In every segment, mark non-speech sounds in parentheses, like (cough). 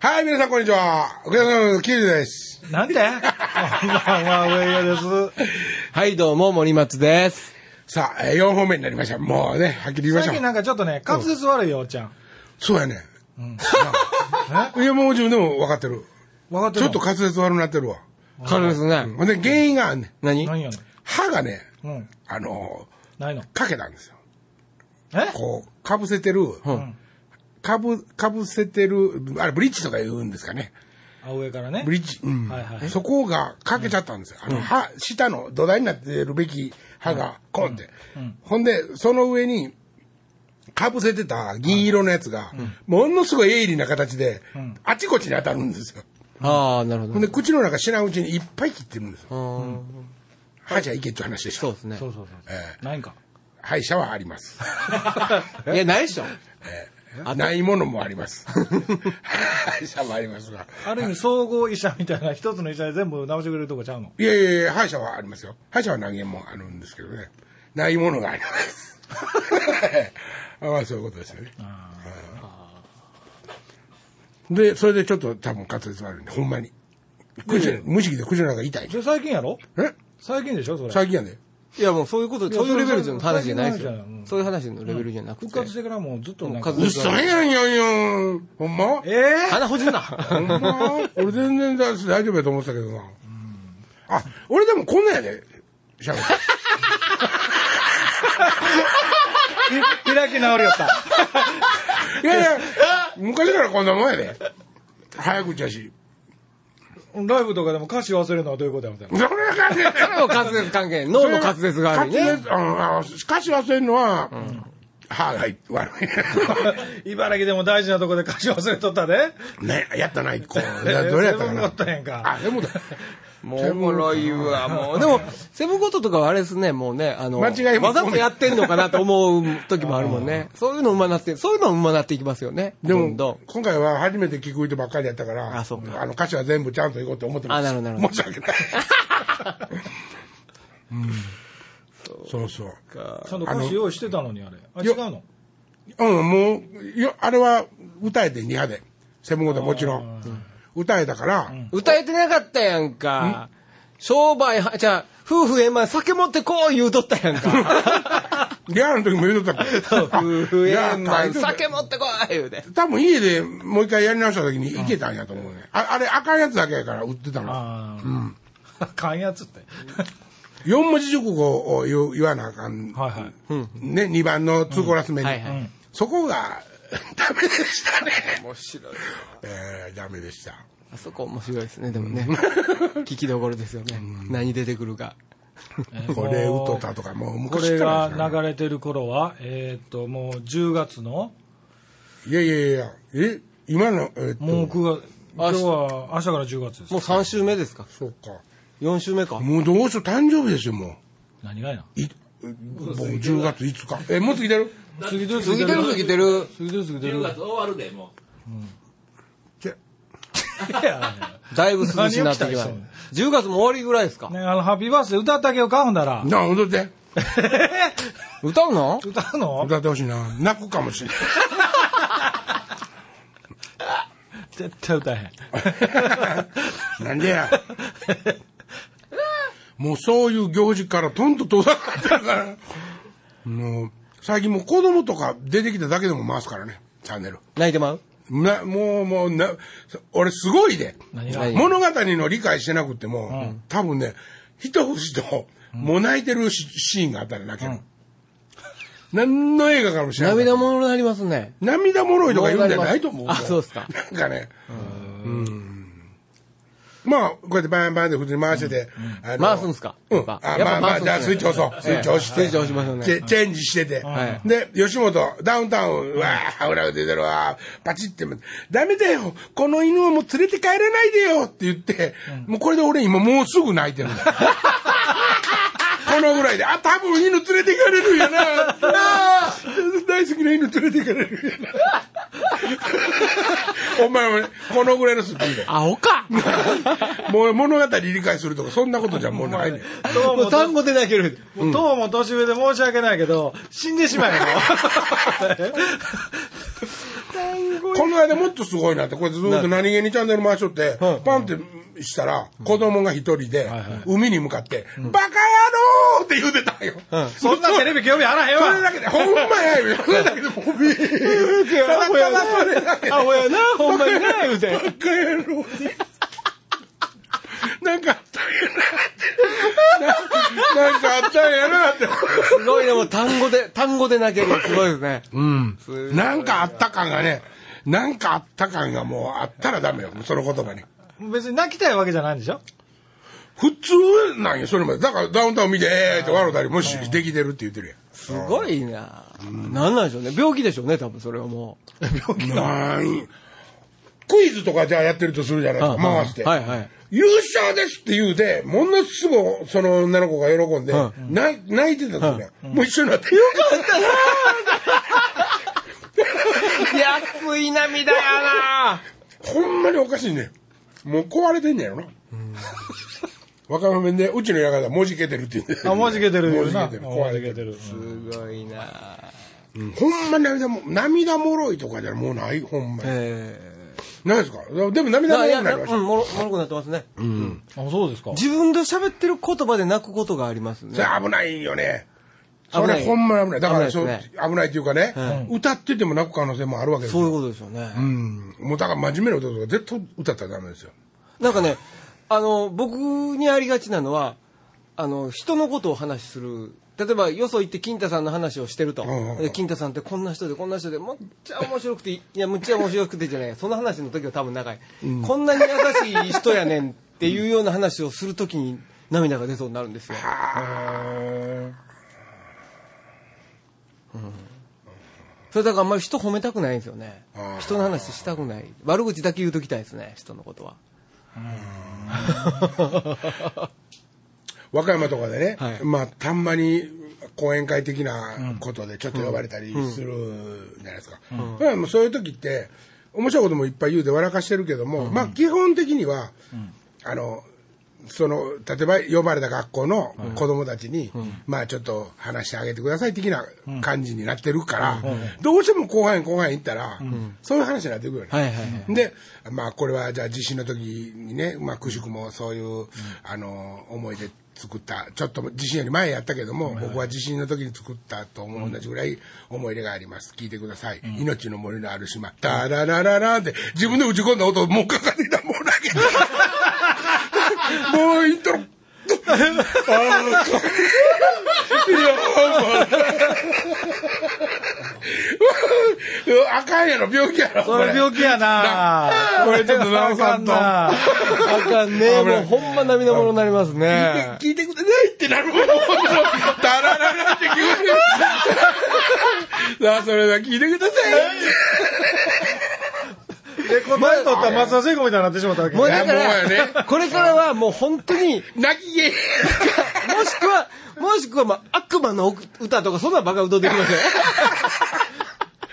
はい、皆さん、こんにちは。福山のキリです。なんで (laughs) こんばんは、上与です。はい、どうも、森松です。さあ、え4本目になりました。もうね、はっきり言いまし最た近なんかちょっとね、滑舌悪いよ、おっちゃん。そうやね。えいや、もう自分でも分かってる。分かってちるょっと滑舌悪くなってるわ。カルロスね。ほんで、原因があんねん。何何やね歯がね、ん。うん。あのないの。ーかけたんですよ。えこう、かぶせてる、うん。かぶ、かぶせてる、あれ、ブリッジとか言うんですかね。あ、上からねブ。リッジ。うん。はいはいそこがかけちゃったんですよ。あの、歯、下の土台になってるべき歯が、コンって。ほんで、その上に、かぶせてた銀色のやつが、ものすごい鋭利な形で、あちこちに当たるんですよ。ああ、なるほほんで、口の中知らんうちにいっぱい切ってるんですよ。ど。うん歯じゃいけって話でしそうょで。すねそ。うそうそう。えないんか。 (laughs) ー歯医者はあり (laughs) ます。いや、ないでしょ。ないものもあり (laughs) ます。歯医者もありますが。ある意味、総合医者みたいな、一つの医者で全部直してくれるとこちゃうの。いやいやいや、歯医者はありますよ。歯医者は何件もあるんですけどね。ないものがあります。まあそういうことですよね。はいで、それでちょっと多分滑舌悪いんで、ほんまに。口の無意識で口の中痛い。それ最近やろえ最近でしょそれ。最近やで。いや、もうそういうこと、そういうレベルじゃそう話じゃないですそういうよ話じゃない。そういう話のレベルじゃなく復て活し。てからもうずっとなんかもう。嘘やんやんやん。ほんまえ (laughs) え鼻ほじるほんな。ま俺全然大丈夫やと思ってたけどな。あ、俺でもこんなんやで。しゃべってひ開き直りよった。いやいや、昔からこんなもんやで。早口やし。ライブとかでも歌詞忘れるのはど (laughs) ういうことやみたいな。それは関係ないそれ (laughs) も滑舌関係。脳の滑舌が悪い滑ね。舌うんあのしかし忘れるのは、歯が悪 (laughs) 茨城でも大事なとこで歌詞忘れとったで。い。ね、やったな、一個。 (laughs) どれえやったかセブンゴッドやんな。かあ、でもだ。もうおもろいわ、もう。でも、セブンゴットとかはあれですね、もうね、あの、間違いもわざとやってんのかなと思う時もあるもんね。そういうのうまなって、そういうのうまなっていきますよね。でどんどもん、今回は初めて聞く人ばっかりやったから、あそうかの歌詞は全部ちゃんといこうと思ってます。あなるほどなるほど申し訳 (laughs) ない。うんそうそう。ちゃんと歌詞用意してたのにあれ。あ、違ようのうん、もう、よ、あれは歌えて2派で。セブンゴードはもちろん。歌えたから、歌えてなかったやんか。商売は、じゃあ、夫婦円満酒持ってこう言うとったやんか。リハの時も言うとったから。夫婦円あいや満酒持ってこい言うて。多分家でもう一回やり直した時にいけたんやと思うね。ああれ、あかんやつだけやから売ってたの。ああ。かんやつって。四文字熟語を言う言わなあかん。はいはい。ね、二番の2コーラス目にはいはいうん。そこが、 (laughs) ダメでしたね。面白い。えー、ダメでした。あそこ面白いですね、でも (laughs) ね。聞きどころですよね。何出てくるか。これ、うとたとか、もうこ昔れからでがすからね流れてる頃は、えーっと、もう10月の、いやいやいや、え、今の、えっと、もう9月、今明日日は、明日から10月ですもう。3週目ですかそうか。 ?4 週目か。もうどうしよう、誕生日ですよ、も何がやな。う。いもう10月5日。え、もう過ぎてる過ぎてる過過ぎぎててるる過ぎ過ぎててる。る過ぎてる。終わるで、もじゃいやだいぶ涼しになってきました何を期。 10月も終わりぐらいですか。ね、あの、ハッピーバースデー歌ったけを買うんだら。なあ、踊って。歌うの歌うの歌ってほしいな。泣くかもしれない。絶対歌えへ (laughs) ん。なんでや。もうそういう行事からとんと遠ざかったから。もう、最近もう子供とか出てきただけでも回すからね、チャンネル。泣いてまうな、もう、もう、な、俺すごいで。何はがい物語の理解してなくても、多分ね、一節と、もう泣いてるしシーンがあったら泣ける。何の映画かもしれない。涙もろになりますね。涙もろいとか言うんじゃないと思うよ。あそうっすかなんかね。うん。まあ、こうやってバンバンで普通に回してて。あの回すんすかうんやっ。あぱやっぱまあまあ、回すんすねじゃあスイッチ押そう。スイッチ押して。ええスイッチ押しましょうねチェチェンジしてては。いで、吉本、ダウンタウン、うわあ、裏が出てるわパチって。ダメだよこの犬はもう連れて帰らないでよって言って、もうこれで俺今もうすぐ泣い (laughs) てるんだよ。このぐらいで、あ、多分犬連れて行かれるんやな。あー大好きな犬連れて行かれるんやな。 (laughs) お前はね、このぐらいのスピードや。アホか (laughs) もう物語理解するとか、そんなことじゃもうないねん。どうももう、単語で泣ける。もうどうも年上で申し訳ないけど、死んでしまえよ。ここの間もっとすごいなって、これずっと何気にチャンネル回しとって、パンってしたら、子供が一人で、海に向かって、バカ野郎って言うてたんよ。そんなテレビ興味あらへんそれわ。だけで、ほんまやよ。それだけで、もうビーッただアホやなただそれだけでアホやな、ほんまにな、言うて。バカ野郎になんかあったんやなって。ななんかあったんやなって。すごいね、もう単語で、単語で泣ける。すごいですね。うんすごい。なんかあった感がね、なんかあった感がもうあったらダメよ、その言葉に。別に泣きたいわけじゃないんでしょ普通なんよ、それまで。だからダウンタウン見て、えーって笑うたり、もしできてるって言ってるやん。すごいな。なんなんでしょうね。病気でしょうね、多分それはもう。ない。クイズとかじゃあやってるとするじゃないですか、回して。はいはい。優勝ですって言うて、ものすごいその女の子が喜んで、はな泣いてたんですよ、もう一緒になって。よかっいや、熱い涙やな。たほんまにおかしいね。もう壊れてんねやろな。若者弁で、うちの館もじけてるって言うんであ、もじけてるよな。もじけてる壊れてるる。すごいな。ほんま涙も、涙もろいとかじゃもうない、ほんまに。えないですかでもえ涙もろくなりましうた。ん、もろ、もろくなってますね。あ、そうですか。自分で喋ってる言葉で泣くことがありますそねれ。危ないよね。危そないれほんま危ない。だから危そなういです危ないっていうかね、歌ってても泣く可能性もあるわけですそうよ。いうことでしょうね。うん。もうだから真面目な歌とか絶対歌ったらダメですよ。なんかね、あの、僕にありがちなのは、あの、人のことを話しする。例えば、よそ行って金太さんの話をしてると。んうんで金太さんってこんな人で、こんな人で、むっちゃ面白くて、いや、むっちゃ面白くてじゃない。その話の時は多分長い。こんなに優しい人やねんっていうような話をする時に涙が出そうになるんですよ。それだからあんまり人褒めたくないんですよねあ。ー人の話したくない。悪口だけ言うときたいですね、人のことは。和歌山とかでね、はいまあたんまに講演会的なことでちょっと呼ばれたりするじゃないですか、だからもうそういう時って面白いこともいっぱい言うで笑かしてるけども、まあ基本的には、あのその例えば呼ばれた学校の子供たちに、まあちょっと話してあげてください的な感じになってるから、どうしても後半後半行ったら、そういう話になってくるよね、はいはいはい。で、まあ、これはじゃあ地震の時にね、まあ、くしくもそういう、あの思い出作ったちょっと地震より前やったけども、僕は地震の時に作ったと思う同じぐらい思い出があります聞いてください、命の森のある島「ダララララ」って自分で打ち込んだ音もうかかってきたもうだけもうイントロあーい (laughs) やもううんあかんやろ、病気やろ。それ病気やなこれちょっと直さんとあかんなあかんね。もうほんま涙もろになりますね。聞いてく (laughs) ださいってなるもん。タラララって聞こえる。さあ、それでは聞いてください。で、この前撮った松田聖子みたいになってしまったわけもうだかいやもうやねら、これからはもう本当に、泣き芸。 (laughs) もしくは、もしくは、まあ、悪魔の歌とか、そんなバカ歌できません。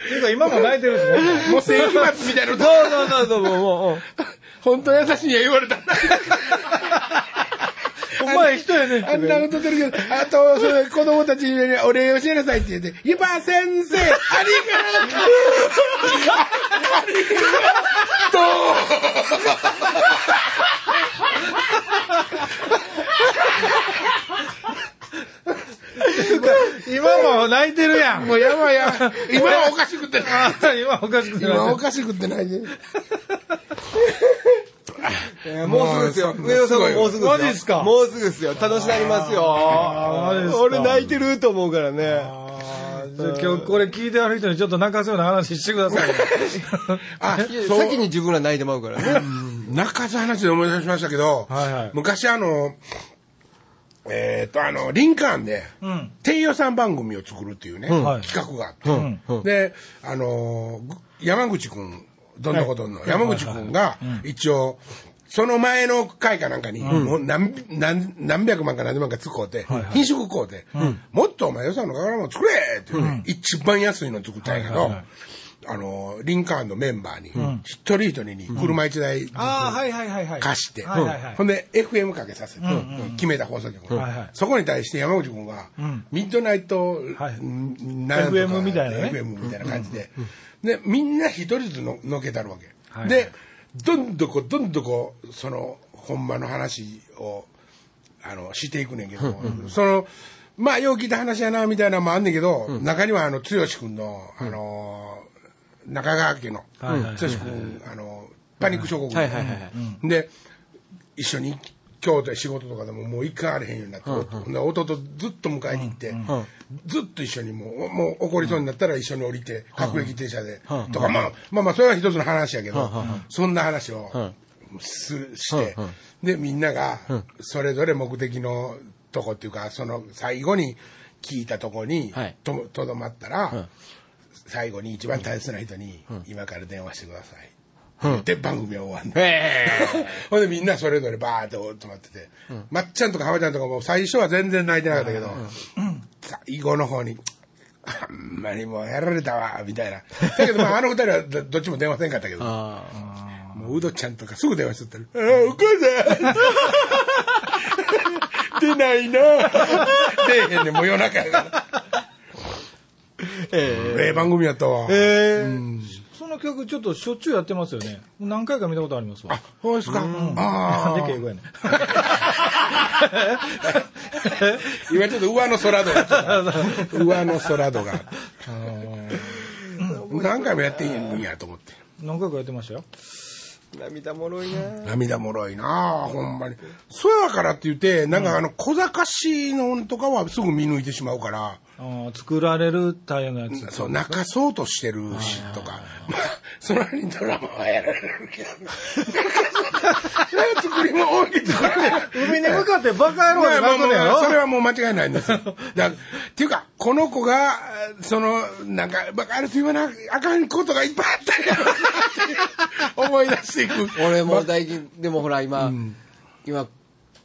ていうか今も泣いてるしね。 (laughs) もう世紀末みた (laughs) いなど歌。うぞどうぞ、もう、もう。本当優しいんや言われた。お前人やね (laughs) あんな歌ってるけど、あと、それ子供たちにお礼をしなさいって言って、ゆば先生、ありがとう今も泣いてるやん。もうやばいやばい。 (laughs) 今はおかしくてな。今おかしく (laughs) て今なおい。かしくてないね。もうすぐですよ。上野さんももうすぐマジっすかもうすぐですよ。楽しなりますあーマジっすよ。か俺泣いてると思うからね。あーじゃあ今日これ聞いてある人にちょっと泣かすような話してください。あ、そう。先に自分ら泣いてまうからね。泣かず話で思い出しましたけど、はいはい昔あの、えっ、と、あの、リンカーンで、ん低予算番組を作るっていうね、はい企画があって、で、あの、ぐ山口くん、どんなことんの、山口くんが、一応、その前の回かなんかに、もう何何何百万か何万か使うて、品種買うて、もっとお前予算のかからんもん作れって言うて、一番安いの作ったんやけど、はいはいはいあの、リンカーンのメンバーに、一人一人に車一台ずつああ、はいはいはいはい。貸して、はいはいはいほんで FM かけさせて、決めた放送局に、はいはいそこに対して山口君が、ミッドナイト、はいうんなんとか FM みたいなね FM みたいな感じで、でみんな一人ずつののけたるわけ、はいでどんどこどんどこそのほんまの話をあのしていくねんけど、そのまあよう聞いた話やなみたいなのもあんねんけど、中にはあの剛君の、あの中川家の、はいはいはい剛君あのパニック症候群、はいはいはいはいで一緒に京都で仕事とかでももう一回あれへんようになって、で弟ずっと迎えに行って、ずっと一緒にもうもう怒りそうになったら一緒に降りて各駅停車で、とか、まあ、まあまあそれは一つの話やけど、そんな話をするして、でみんながそれぞれ目的のとこっていうかその最後に聞いたとこにはいともとどまったら、最後に一番大切な人に、今から電話してください」で番組は終わんねんえ (laughs) ほんでみんなそれぞれバーって止まってて、まっちゃんとか浜ちゃんとかも最初は全然泣いてなかったけど、最後の方に、あんまりもうやられたわ、みたいな。だけどまああの二人はどどっちも電話せんかったけど、あもうウドちゃんとかすぐ電話しとったら、ああ、お母 (laughs) さん出ないな出えへんねんもう夜中やから。えええ番組やったわ。えー、その曲ちょっとしょっちゅうやってますよね。何回か見たことありますわ。そうですか。あなんあで敬語やねん。今ちょっと上の空戸 (laughs) が。上の空戸が。何回もやっていいんやと思って。何回かやってましたよ。涙もろいな涙もろいなあほんまに。そやからって言って、なんかあの、小賢しいのとかはすぐ見抜いてしまうから、あー作られる大変なやつ。そう、泣かそうとしてるし、とか。まあ、そのにドラマはやられるけど。 (laughs) 作りも多い作られる。海に向かってバカ野郎まにあまあ泣くのやまあそれろはもう間違いないん (laughs) ですよ。だっていうか、この子が、その、なんか、バカあると言わなあかんことがいっぱいあったんやろなって思い出していく。俺も大金でもほら今、今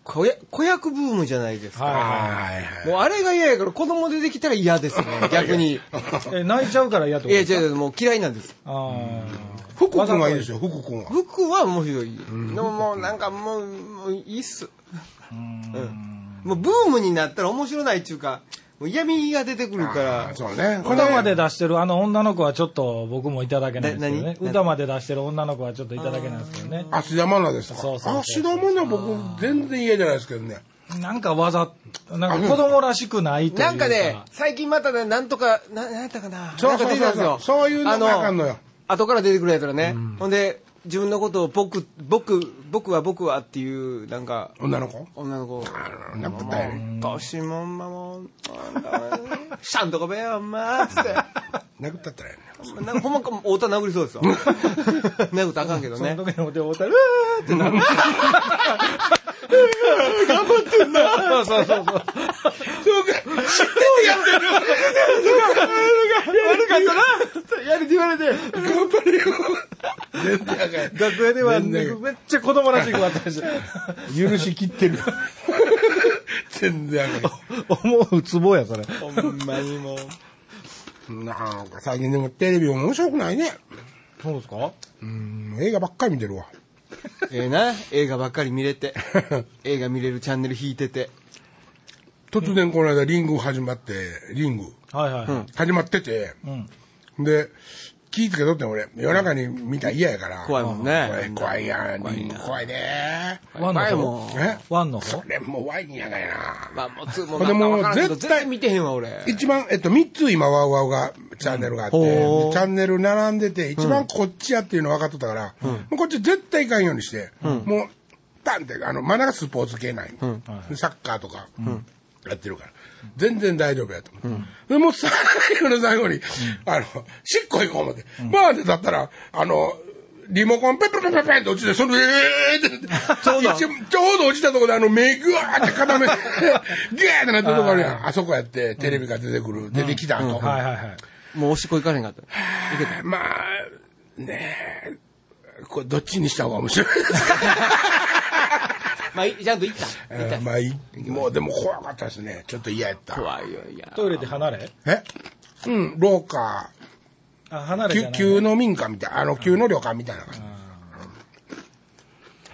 子や子役ブームじゃないですか、はいもうあれが嫌やから子供出てきたら嫌で (laughs) すね逆にえ、泣いちゃうから嫌っていことでや違すかう違うもう嫌いなんですあー福君はいいですよ、福君は。服はもうひどい、でももうなんかもうもういいっすうんもうブームになったら面白ないっていうかもう嫌味が出てくるからあそうね。こ歌まで出してるあの女の子はちょっと僕もいただけないですけどなね。何歌まで出してる女の子はちょっといただけないですけどね。芦田愛菜ですそうそうそか。う芦田愛菜僕、全然嫌じゃないですけどね。なんかわざ、なんか子供らしくないというか。なんかね、最近またね、なんとか、な、なんやったかな。そうそうそうそうなんか出てたんですよそういうのがあかんのよ。あ後から出てくるやつらね。ほんで、自分のことを僕、僕、僕は僕はっていう、なんか、女の子。女の子。あのなったよね。年もんまもん、シャンとこべよ、お前、つって。殴ったったらやね。なんかほんまか、太田殴りそうですよ。殴ったらあかんけどそのね。時の手をたら、うーってなる。頑張ってんな。そうそうそそうう。か、知っててやってる。悪かったな。やるって言われて、頑張れよ。全然あかん。楽屋では全然 (laughs) めっちゃ子供らしく私、許しきってる。 (laughs) 全然あかん。 (laughs) 思うツボや、それ。ほんまにもう。 (laughs) なんか最近でもテレビ面白くないね。そうですかうん、映画ばっかり見てるわ。ええな、映画ばっかり見れて、映画見れるチャンネル引いてて。突然この間リング始まって、リングはいはい。うん始まってて、で、気ぃつけとってん俺、夜中に見たら嫌やから。怖いもんね怖いやん、リング怖いねワンの前方もえワンの方それもうワインやがいな。まあ、もうつ、もほんでもうなんかわからんけど絶対見てへんわ、俺。一番、えっと、3つ今、ワウワウが、チャンネルがあって、うんでほうチャンネル並んでて、一番こっちやっていうの分かっとったから、もうこっち絶対行かんようにして、もう、パンって、あの、真ん中スポーツ系ない、サッカーとか、やってるから、全然大丈夫やと思って。でもう最後の最後に、あの、しっこ行こう思って、バーンって立ったら、あの、リモコンペッペッペッペッペンって落ちて、その、えーって、ちょうど、ちょうど落ちたところで、あの、目ぐわーって固めて、ギャーってなってるとこあるやん。あそこやって、テレビが出てくる、出てきたと。はいはいはい。もうおしっこ行かれへんかった。まあ、ねえ、これどっちにした方が面白いですかまあ、いちゃんと行った。 (laughs) えーまあいい、もうでも怖かったですね。ちょっと嫌やった。怖いよ、いや。トイレで離れえうん、廊下、あ離れじ旧ゃない旧の民家みたいな、あの、旧の旅館みたいな感じ。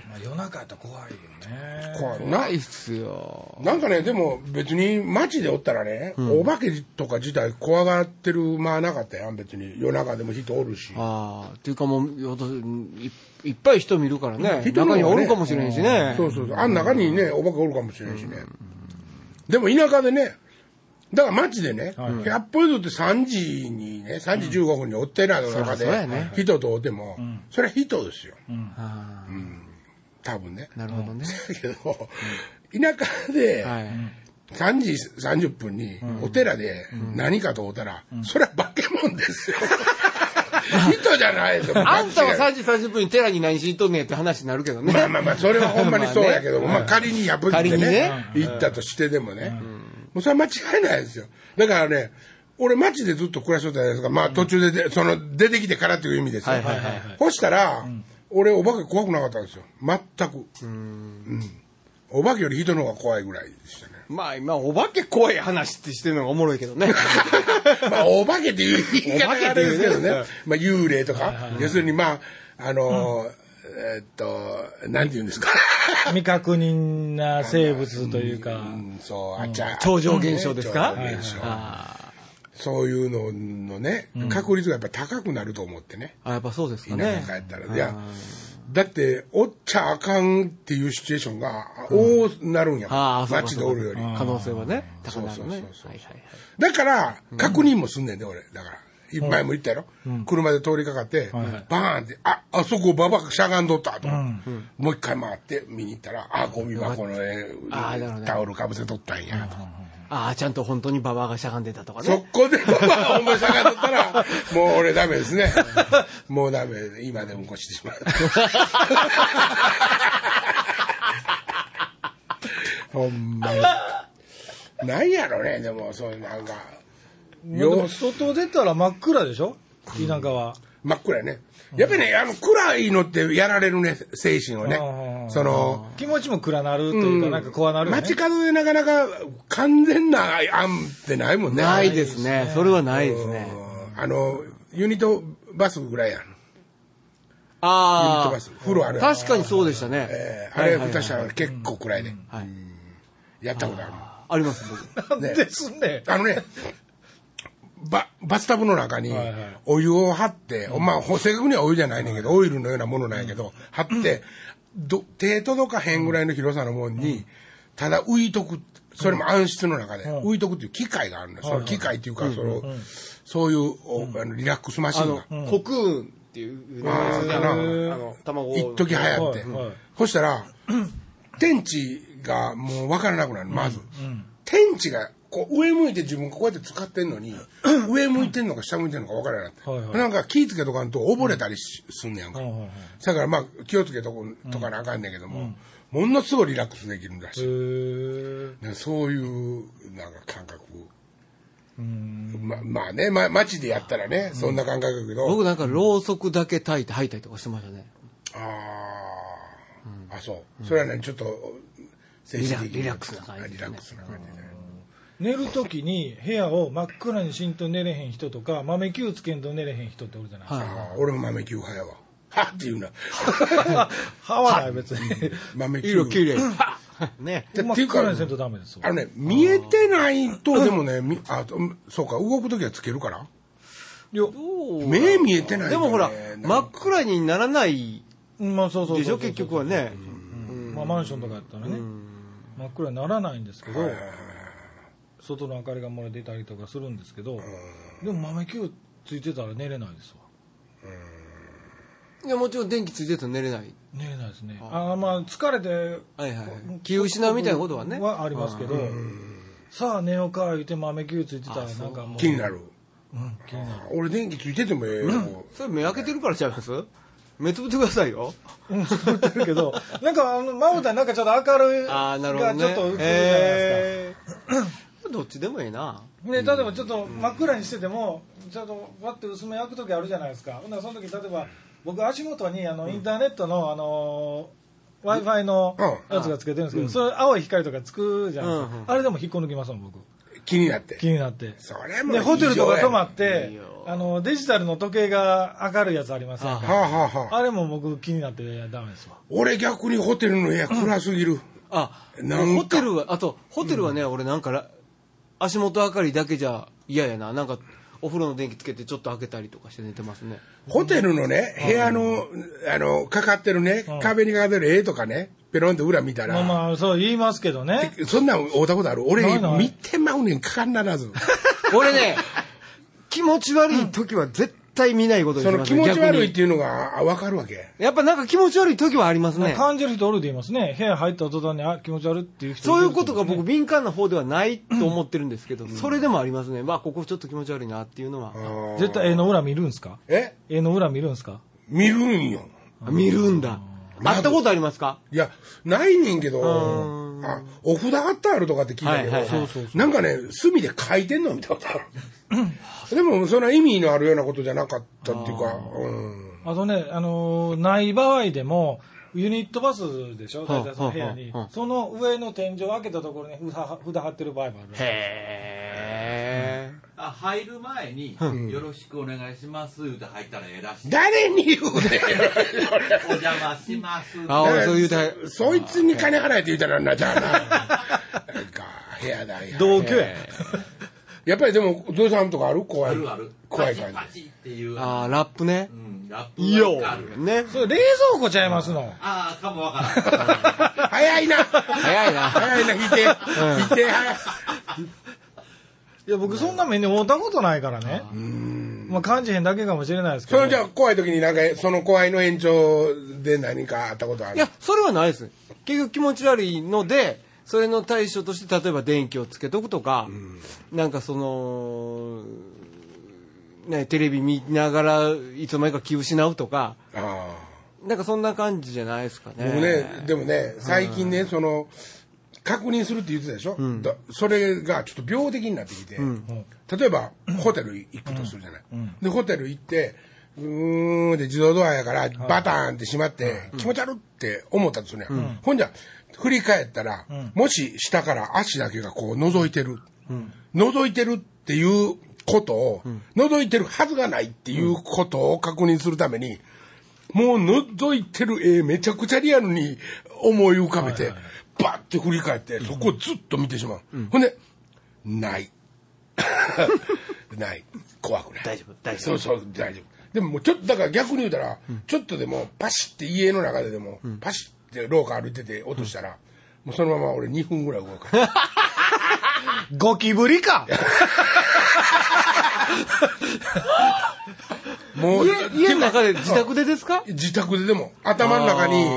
まあ、夜中やったら怖いよね怖いなない。っすよ。なんかね、でも別に街でおったらね、お化けとか自体怖がってる間はなかったやん、別に。夜中でも人おるし。ああ、っていうかもう、よといいっぱい人見るからね。人の方が中ねにおるかもしれんしね。そうそうそう。あん中にね、お化けおるかもしれんしね。でも田舎でね、だから街でね、100歩譲って3時にね、3時15分に追ってないの中でそりゃそうやね、人と会うても、それは人ですよ。ああ多分ね。なるほどね。だけど、田舎で、はい。 3時30分にお寺で何かと思ったら、それは化け物です (laughs) よ。人じゃないですよ。あんたは間違い3時30分に寺に何しに行っとんねんって話になるけどね。ま (laughs) あまあまあ、それはほんまにそうやけども、 (laughs) ままあねあ仮に破って仮にねね、行ったとしてでもね、もうそれは間違いないですよ。だからね、俺街でずっと暮らしとったじゃないですか。まあ途中でで、その出てきてからという意味ですよはいはいはい。そしたら、俺お化け怖くなかったんですよ。全く。うんお化けより人の方が怖いぐらいでしたね。 (laughs) まあ今、お化け怖い話ってしてるのがおもろいけどね。まあ、お化けっていう言い方があれですけどねお化けっていうね。まあ、幽霊とか、要するに、まあ、あのー、えーっと、なんて言うんですか。未確認な生物といううか、んそう、あちゃ、超常現象ですか超常現象あそういうののね、確率がやっぱ高くなると思ってね。あ、やっぱそうです田か舎ね帰。ったら。いや、だって、おっちゃあかんっていうシチュエーションが、多なるんやもんああ、そうか街そでうかおるより。可能性はね、高そうなそるうそうね。そうはいはいはいだから、確認もすんねんで、俺。だから。前も言ったやろ、車で通りかかって、バーンって、あ、あそこババアしゃがんどったと、もう一回回って見に行ったら、あ、ゴミ箱の絵あーなるほどタオルかぶせとったんやと。ああ、ちゃんと本当にババアがしゃがんでたとかそね。こでババアお前しゃがんどったら、もう俺ダメですね。もうダメ。今でもうんこしてしまう。ほんまに。なんやろね、でも、そういうなんか。まあでも外出たら真っ暗でしょ田舎は、真っ暗やね。やっぱりね、あの、暗いのってやられるね、精神をねあ。ーその、気持ちも暗なるというか、なんか怖なるよね街角でなかなか完全な案ってないもんね。ないですね。それはないですね。うん。あの、ユニットバスぐらいやん。ユニットあバス。風呂ああ、るやん。確かにそうでしたね。えーあれ、蓋したら結構暗いね。はい。やったことある。あります、僕。なん (laughs) ですねあのね、ババスタブの中にはいはいお湯を張って、まあ、ほ正確にはお湯じゃないねんけど、オイルのようなものなんやけど、張って、ど手届かへんぐらいの広さのもんに、ただ浮いとく、それも暗室の中で、ん浮いとくっていう機械があるのよ。その機械っていうか、その、そういうおあのリラックスマシあンのが。、コクーンっていうね、あーかなあの、卵を一時流行って、はいはいそしたら (clears throat) 天地がもう分からなくなるまず、天地がこう上向いて自分がこうやって使ってんのに上向いてんのか下向いてんのか分からなくなって、はいはいなんか気ぃつけとかんと溺れたりし、すんねやんか、はいはいはいだからまあ気をつけとことかなあかんねんけども、ものすごいリラックスできるんだしい、へーねそういうなんか感覚ままあね、ま、街でやったらね、そんな感覚だけど僕なんかろうそくだけ炊いて吐いたりとかしてましたね。ああ、あ、そう。それはね、ちょっと、精神的にリラリラックスな感じあリラックスな感じでね。寝るときに部屋を真っ暗にしんと寝れへん人とか豆球つけんと寝れへん人っておるじゃないはい。あー俺も豆球派やわ。はっっていうな。 (laughs) (laughs) 歯はない別に豆球。色綺麗。 (laughs) ね。で真っっていうか暗にせんとダメですわあのね、見えてないと、でもね、みあ、そうか、動くときはつけるから。よ目見えてないとねでもほら、なんか真っ暗にならないまあそうそうそうでしょ、結局はね。まあマンションとかやったらね真っ暗にならないんですけど外の明かりが漏れ出たりとかするんですけどでも豆球ついてたら寝れないですわいやもちろん電気ついてると寝れない。寝れないですねあーまあ疲れてはいはい。気を失うみたいなことはね。ありますけどさあ寝ようか言うて豆球ついてたらなんかもう気になる。うん気になる俺電気ついててもええよ。それ目開けてるからちゃいます目つぶってくださいよ。うん、そう言ってるけど、 (laughs) なんか、あの、まぶたになんかちょっと明るいああ、なるほどがね。ちょっと映るじゃないですえーどっちでもええな。か。ね、例えばちょっと真っ暗にしてても、ちょっとわって薄め開く時あるじゃないですか。ほんならその時、例えば、僕足元に、あの、インターネットの、あのー、Wi-Fi のうやつがつけてるんですけど、それ青い光とかつくじゃないですか。あれでも引っこ抜きますもん、僕。気になって。気になってそれもでホテルとか泊まっいいてよあのデジタルの時計が明るいやつありますやんはかあ、はあはあ、あれも僕気になってダメですわ俺逆にホテルの部屋暗すぎる。あなんかホテルはあとホテルはね、俺なんから足元明かりだけじゃ嫌やななんかお風呂の電気つけてちょっと開けたりとかして寝てます (laughs) ねホテルのね、部屋の、あの、かかってるね、壁にかかってる絵とかね、ペロンと裏見たら、まあまあそう言いますけどねそんなん会うたことある俺ないない見てまうねんかかんならず俺ね気持ち悪い時は絶対見ないことにしそのます、気ね、持ち悪いっ逆ていうのがあ分かるわけにやっぱなんか気持ち悪い時はありますね感じる人おるで言いますね部屋入った途端にあ気持ち悪いっていう人そういうことが僕敏感な方ではないと思ってるんですけど、それでもありますねまあここちょっと気持ち悪いなっていうのは絶対絵の裏見るんすかえ絵の裏見るんすか見るんよあ見るんだ会ったことありますかいやないねんけどあお札貼ってあるとかって聞いたけど、はいはいはいそうそうそなんかね墨で書いてんのみたいなことあるでもそんな意味のあるようなことじゃなかったっていうかうんあとね、あのーない場合でも、ユニットバスでしょ、は大あ体その部屋にはあはあ、その上の天井を開けたところに札札貼ってる場合もある。へえあ入る前に、よろしくお願いします」って入ったらええらしい誰に言うねん「お邪魔します」あ俺そういうタイプそいつに金払えって言うたらなじゃあななんか部屋だよ同居や。やっぱりでもゾウさんとかある怖あいるある怖いパ感チじパチっていうああラップねうんラップいいよがあるねそれ冷蔵庫ちゃいますの。ああかもわからん早いな早いな早いな引いて引いて早いいや、僕そんな目に遭ったことないからね。まあ、感じへんだけかもしれないですけそどの。じゃあ怖い時になんかその後輩の延長で何かあったことあいるやそれはないです結局気持ち悪いのでそれの対処として例えば電気をつけとくとか、なんかそのねテレビ見ながらいつの間にか気を失うとかあなんかそんな感じじゃないですかあね僕ねでもね最近ねその確認するって言ってたでしょ、だそれがちょっと病的になってきて、例えばホテル行くとするじゃない、でホテル行ってうーんで自動ドアやからバターンって閉まって気持ち悪って思ったとするやん、ほんじゃ振り返ったら、もし下から足だけがこう覗いてる、覗いてるっていうことを、覗いてるはずがないっていうことを確認するためにもう覗いてる絵めちゃくちゃリアルに思い浮かべて、バッて振り返って、そこをずっと見てしまう。ほんで、ない。 (laughs) ない。怖くない。大丈夫大丈夫そうそう、大丈夫。でももうちょっと、だから逆に言うたら、ちょっとでも、パシって家の中ででも、パシって廊下歩いてて落としたら、もうそのまま俺2分ぐらい動 (laughs) くから。ゴキブリか (laughs) もう、家家の中で自宅でです (laughs) か自宅ででも、頭の中に、あー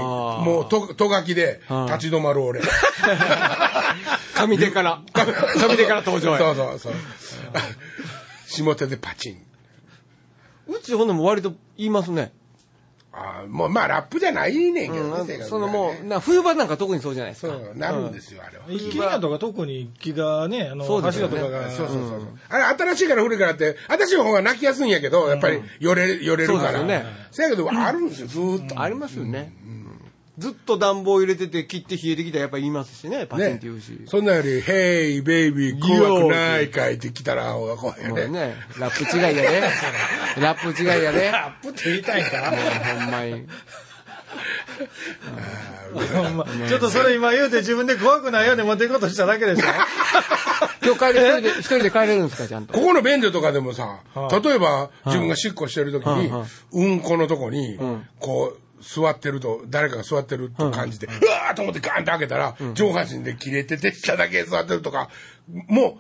もうと、とがきで、立ち止まる (laughs) 俺。上手から上手から登場そやうそうそう。 (laughs) 下手でパチン。うちほんでも割と言いますねあーもうまあラップじゃないねんけどね、性格がねそのもうな冬場なんか特にそうじゃないですそかうなるんですよ、あれは。一気にとか特に気がね、あの、そうです柱よとねかが。そうそうそうそう。あれ、新しいから古いからって、私の方が泣きやすいんやけど、やっぱり、よれ、よれるから。そうですよねせやけど、あるんですよ、ずーっと。ありますよね、ずっと暖房入れてて切って冷えてきたらやっぱ言いますしねパチンって言うし、そんなより、ヘイ、ベイビー、怖くないかいって来たら、方が怖いよもうね。ねラップ違いや (laughs) ねラップ違いやねラップって言いたいんかなほんまに (laughs) ほんまちょっとそれ今言うて自分で怖くないように持っていこうとしただけ (laughs) でしょ今日帰り一人で一人で帰れるんですかちゃんとここの便所とかでもさ、はい例えば自分がしっこしてるときに、はいうんこのとこに、こう、座ってると、誰かが座ってると感じて、うわーと思ってガーンって開けたら、上半身で切れてて、下だけ座ってるとか、も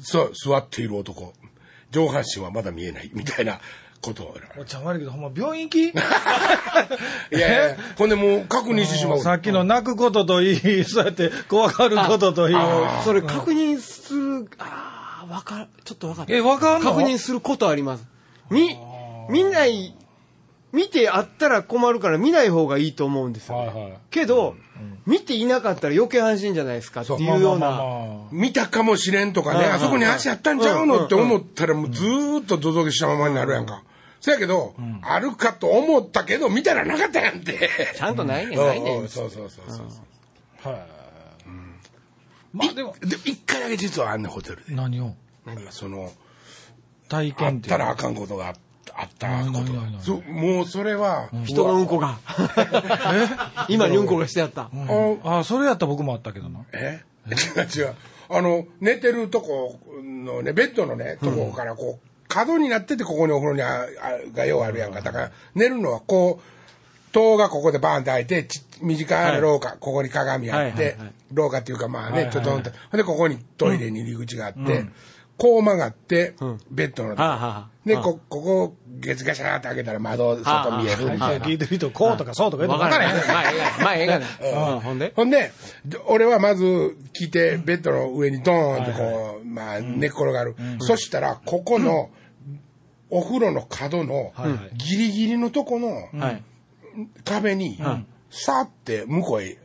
う、そう、座っている男、上半身はまだ見えない、みたいなことを。おっちゃん悪いけど、ほんま病院 (laughs) 行きいやいや、ほんでもう確認してしまう。さっきの泣くことといい、そうやって怖がることといい。それ確認するああわかるちょっとわかるえ、わかんの確認することありますみ見ない見てあったら困るから見ない方がいいと思うんですよ、はいはいけど、見ていなかったら余計安心じゃないですかってそういうような、まあまあまあまあ見たかもしれんとかね、あそこに足あったんちゃうのって思ったら、もうずーっと土蔵けしたままになるやんか。そやけど、あるかと思ったけど、見たらなかったやんって。ちゃんとないねん、うんないねうんん。そうそうそうそう。はいまあでもいでも一回だけ実はあんねんホテルで何をその体あ験っってたらあかんことがああったことないないないがそうもうそれは、人のうんこが。今にうんこがしてあった。あああそれやったら僕もあったけどなえ (laughs) 違う違うあの寝てるとこのねベッドのねとこからこう角になっててここにお風呂にああがようあるやんかだから寝るのはこう塔がここでバーンって開いてち短い廊下、ここに鏡あって、はいはいはい廊下っていうかまあね、はいはいはいちょっとほんとでここにトイレに入り口があって、こう曲がって、んベッドのとこ、はあはあはあでこここゲツガシャーって開けたら窓外見えるみたいな。聞いてる人こうとかそうとか言うわと分かかららへんへん。まあええやんまあええがね。うんほんでほんで、で俺はまず来て、ベッドの上にドーンってこう、まあ、寝っ転がる。そしたら、ここの、お風呂の角のはいはい、ギリギリのとこのはい。壁にん、さって向こうへ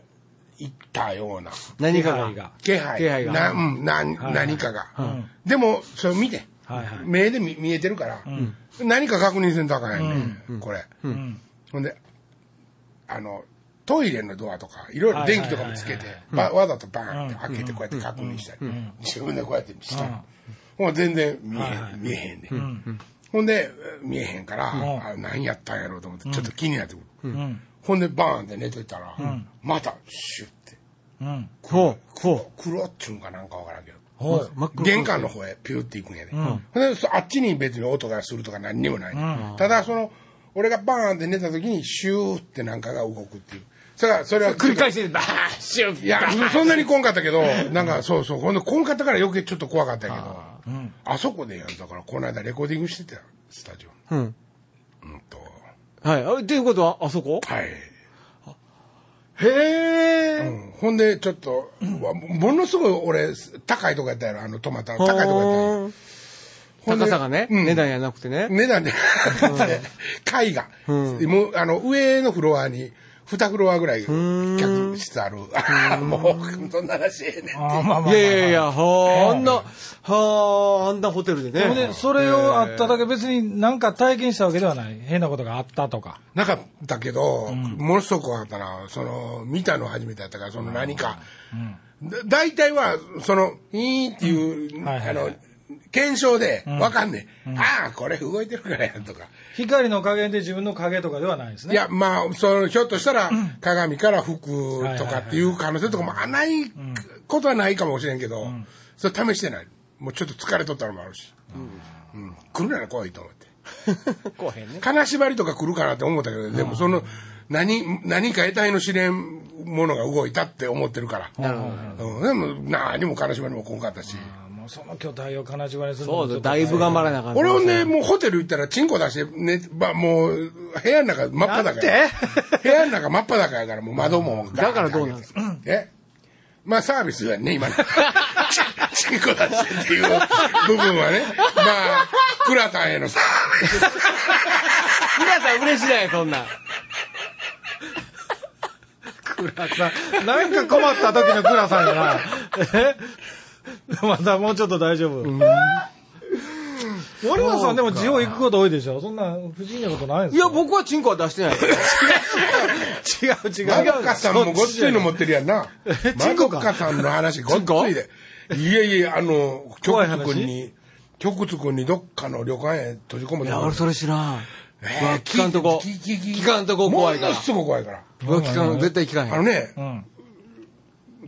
行ったような何かはいが。気配。気配がなうんなはい何かが。んでも、それ見て。はいはい目で見見えてるから、何か確認せんとあかんやんね、これ。うんほんで、あの、トイレのドアとか、いろいろ電気とかもつけてはばい、わざとバーンって開けて、こうやって確認したり、自分でこうやってしたりうんもう全然見えはいはいへん、見えへんで。ほんで、見えへんから、んあ何やったんやろうと思って、ちょっと気になってくうる。んほんで、バーンって寝てたら、また、シュって、うんこう、こ黒っちゅうんかなんかわからんけど。ほうう。真っ黒玄関の方へピューって行くんやで、ほんでそあっちに別に音がするとか何にもない、ただその俺がバーンって寝た時にシューってなんかが動くっていうそれからそれは繰り返して、ばーッシュッいやそんなにこんかったけどなんかそうそうほんでこんかったから余計ちょっと怖かったけどあ,、そこでやるだからこの間レコーディングしてたよスタジオうん。うんとはい。あっていうことは、あそこはい、うへえ。ん、ほんでちょっと、うわものすごい俺高いとこやったやろあのトマトの高いとこやったやろほーほんで高さがね、うん値段やなくてね。値段で、 (laughs) 階が、もう、あの、上のフロアに、二フロアぐらい、客室ある。 (laughs) もう、そんな話ええねん。あーまあまあまあまいあやいやいや、はあ、あんな、はあ、あんなホテルでね。ほんでそれをあっただけ別になんか体験したわけではない変なことがあったとかなかったけど、ものすごく怖かったな。その、見たの初めてやったから、その何か。だ大体は、その、いいっていう、はいはいあはのい、検証で、わかんねえ。ああ、これ動いてるからやんとか。光の加減で自分の影とかではないですねいや、まあ、そのひょっとしたら、鏡から服とかっていう可能性とかも、あないことはないかもしれんけど、それ試してない。もうちょっと疲れとったのもあるし。うん。来るなら怖いと思って。 (laughs) こうへんね。金縛りとか来るかなって思ったけど、でもその、何、何か得体の知れんものが動いたって思ってるから。なるほど。うん。でも、何も金縛りも来んかったし。あーもうその巨体を金縛りにするのそもうちょだ、っとだいぶ頑張らなあかった。俺ほんで、もうホテル行ったら、チンコ出して、ね、ば、もう、部屋の中真っ裸や。部屋の中真っ裸やから、もう窓もガーッだからどうなんですかえまあサービスだね、今の。チンコ出してっていう部分はね。まあ、クラさんへのサービス。倉さん嬉しない、そん (laughs) なん。倉さん。なんか困った時の倉さんやな。えまだもうちょっと大丈夫。森本さんでも地方行くこと多いでしょそんな不思議なことないんいですや、か僕はチンコは出して (laughs) ない。いや、僕、違う違マドッカさんもごっついの持ってるやんな。チマンドコかッカさんの話、ごっついで。いやいや、あの、怖い局話津君に、局津君にどっかの旅館へ閉じ込めていや、俺それ知らん。えうわー聞かんとこ。聞聞聞かんとこ怖いからものすごい怖いから。うわ聞かん、絶対聞かへあのん。ね、ん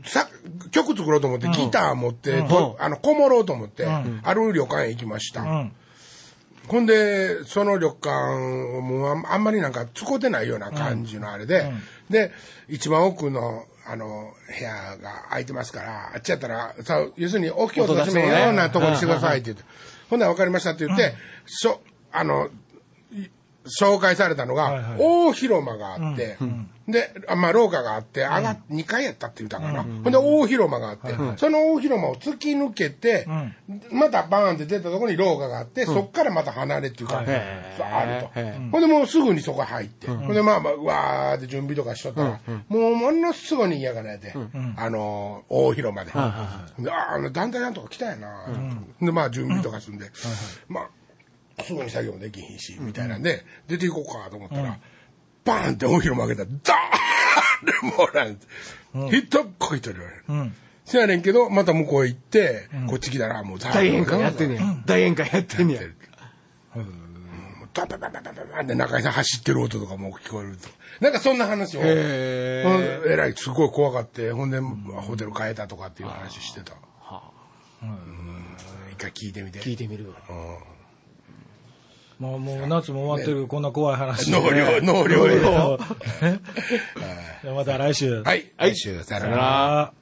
さ曲作ろうと思って、ギター持って、とあのこもろうと思って、ある旅館へ行きました、んほんでその旅館をもうあんあんまりなんか使うてないような感じのあれで、で一番奥のあの部屋が空いてますからあっちやったらさ要するに大きい音出しめようなとこにしてくださいって言って、ほんなら分かりましたって言って、しょあの紹介されたのが、いはい大広間があって、で、あまあ、廊下があって、上が、2階やったって言ったかな。ほんで、大広間があって、その大広間を突き抜けて、またバーンって出たところに廊下があって、そっからまた離れっていうか、いはいあるとへ。ほんで、もうすぐにそこ入って、ほんで、まあ、まあ、うわーって準備とかしとったら、もうものすごい賑やかなやで、あのー、大広間で。ほんであーあの、団体さんとか来たやなと思って。ほんで、まあ、準備とかするんで、まあ、すぐに作業もできひんし、みたいなんで、出ていこうかと思ったら、バーンって大広間開けたら、ダーンってもうなんて、人っこいと言われる。せやねんけど、また向こう行って、こっち来たら、もうザーッと大宴会やってんねや。大宴会やってんねや。パパパパパパって中井さん走ってる音とかも聞こえると。なんかそんな話を。へーうんえらい、すごい怖かって、ほんで、ホテル変えたとかっていう話してた。うん一回聞いてみて。聞いてみるわ。まあもう夏も終わってる、こんな怖い話。能量、能量よ。 (laughs) じゃあまた来週。はい。来週、さよなら。あー